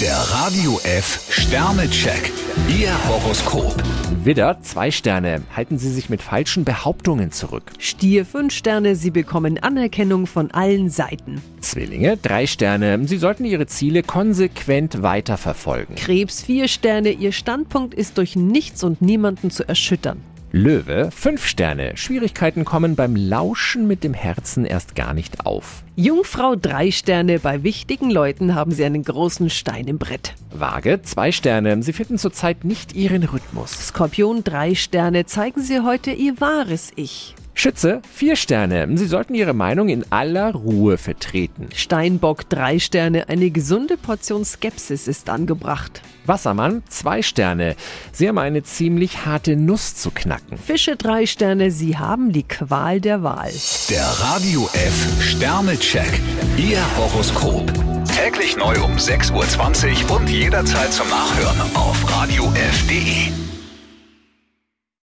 Der Radio F Sternecheck. Ihr Horoskop. Widder, zwei Sterne. Halten Sie sich mit falschen Behauptungen zurück. Stier 5 Sterne, Sie bekommen Anerkennung von allen Seiten. Zwillinge, drei Sterne. Sie sollten Ihre Ziele konsequent weiterverfolgen. Krebs 4 Sterne, Ihr Standpunkt ist durch nichts und niemanden zu erschüttern. Löwe, fünf Sterne. Schwierigkeiten kommen beim Lauschen mit dem Herzen erst gar nicht auf. Jungfrau 3 Sterne, bei wichtigen Leuten haben Sie einen großen Stein im Brett. Waage, zwei Sterne. Sie finden zurzeit nicht Ihren Rhythmus. Skorpion 3 Sterne, zeigen Sie heute Ihr wahres Ich. Schütze, vier Sterne. Sie sollten Ihre Meinung in aller Ruhe vertreten. Steinbock 3 Sterne, eine gesunde Portion Skepsis ist angebracht. Wassermann, zwei Sterne. Sie haben eine ziemlich harte Nuss zu knacken. Fische 3 Sterne, Sie haben die Qual der Wahl. Der Radio F Sternecheck. Ihr Horoskop. Täglich neu um 6.20 Uhr und jederzeit zum Nachhören auf Radio radiof.de.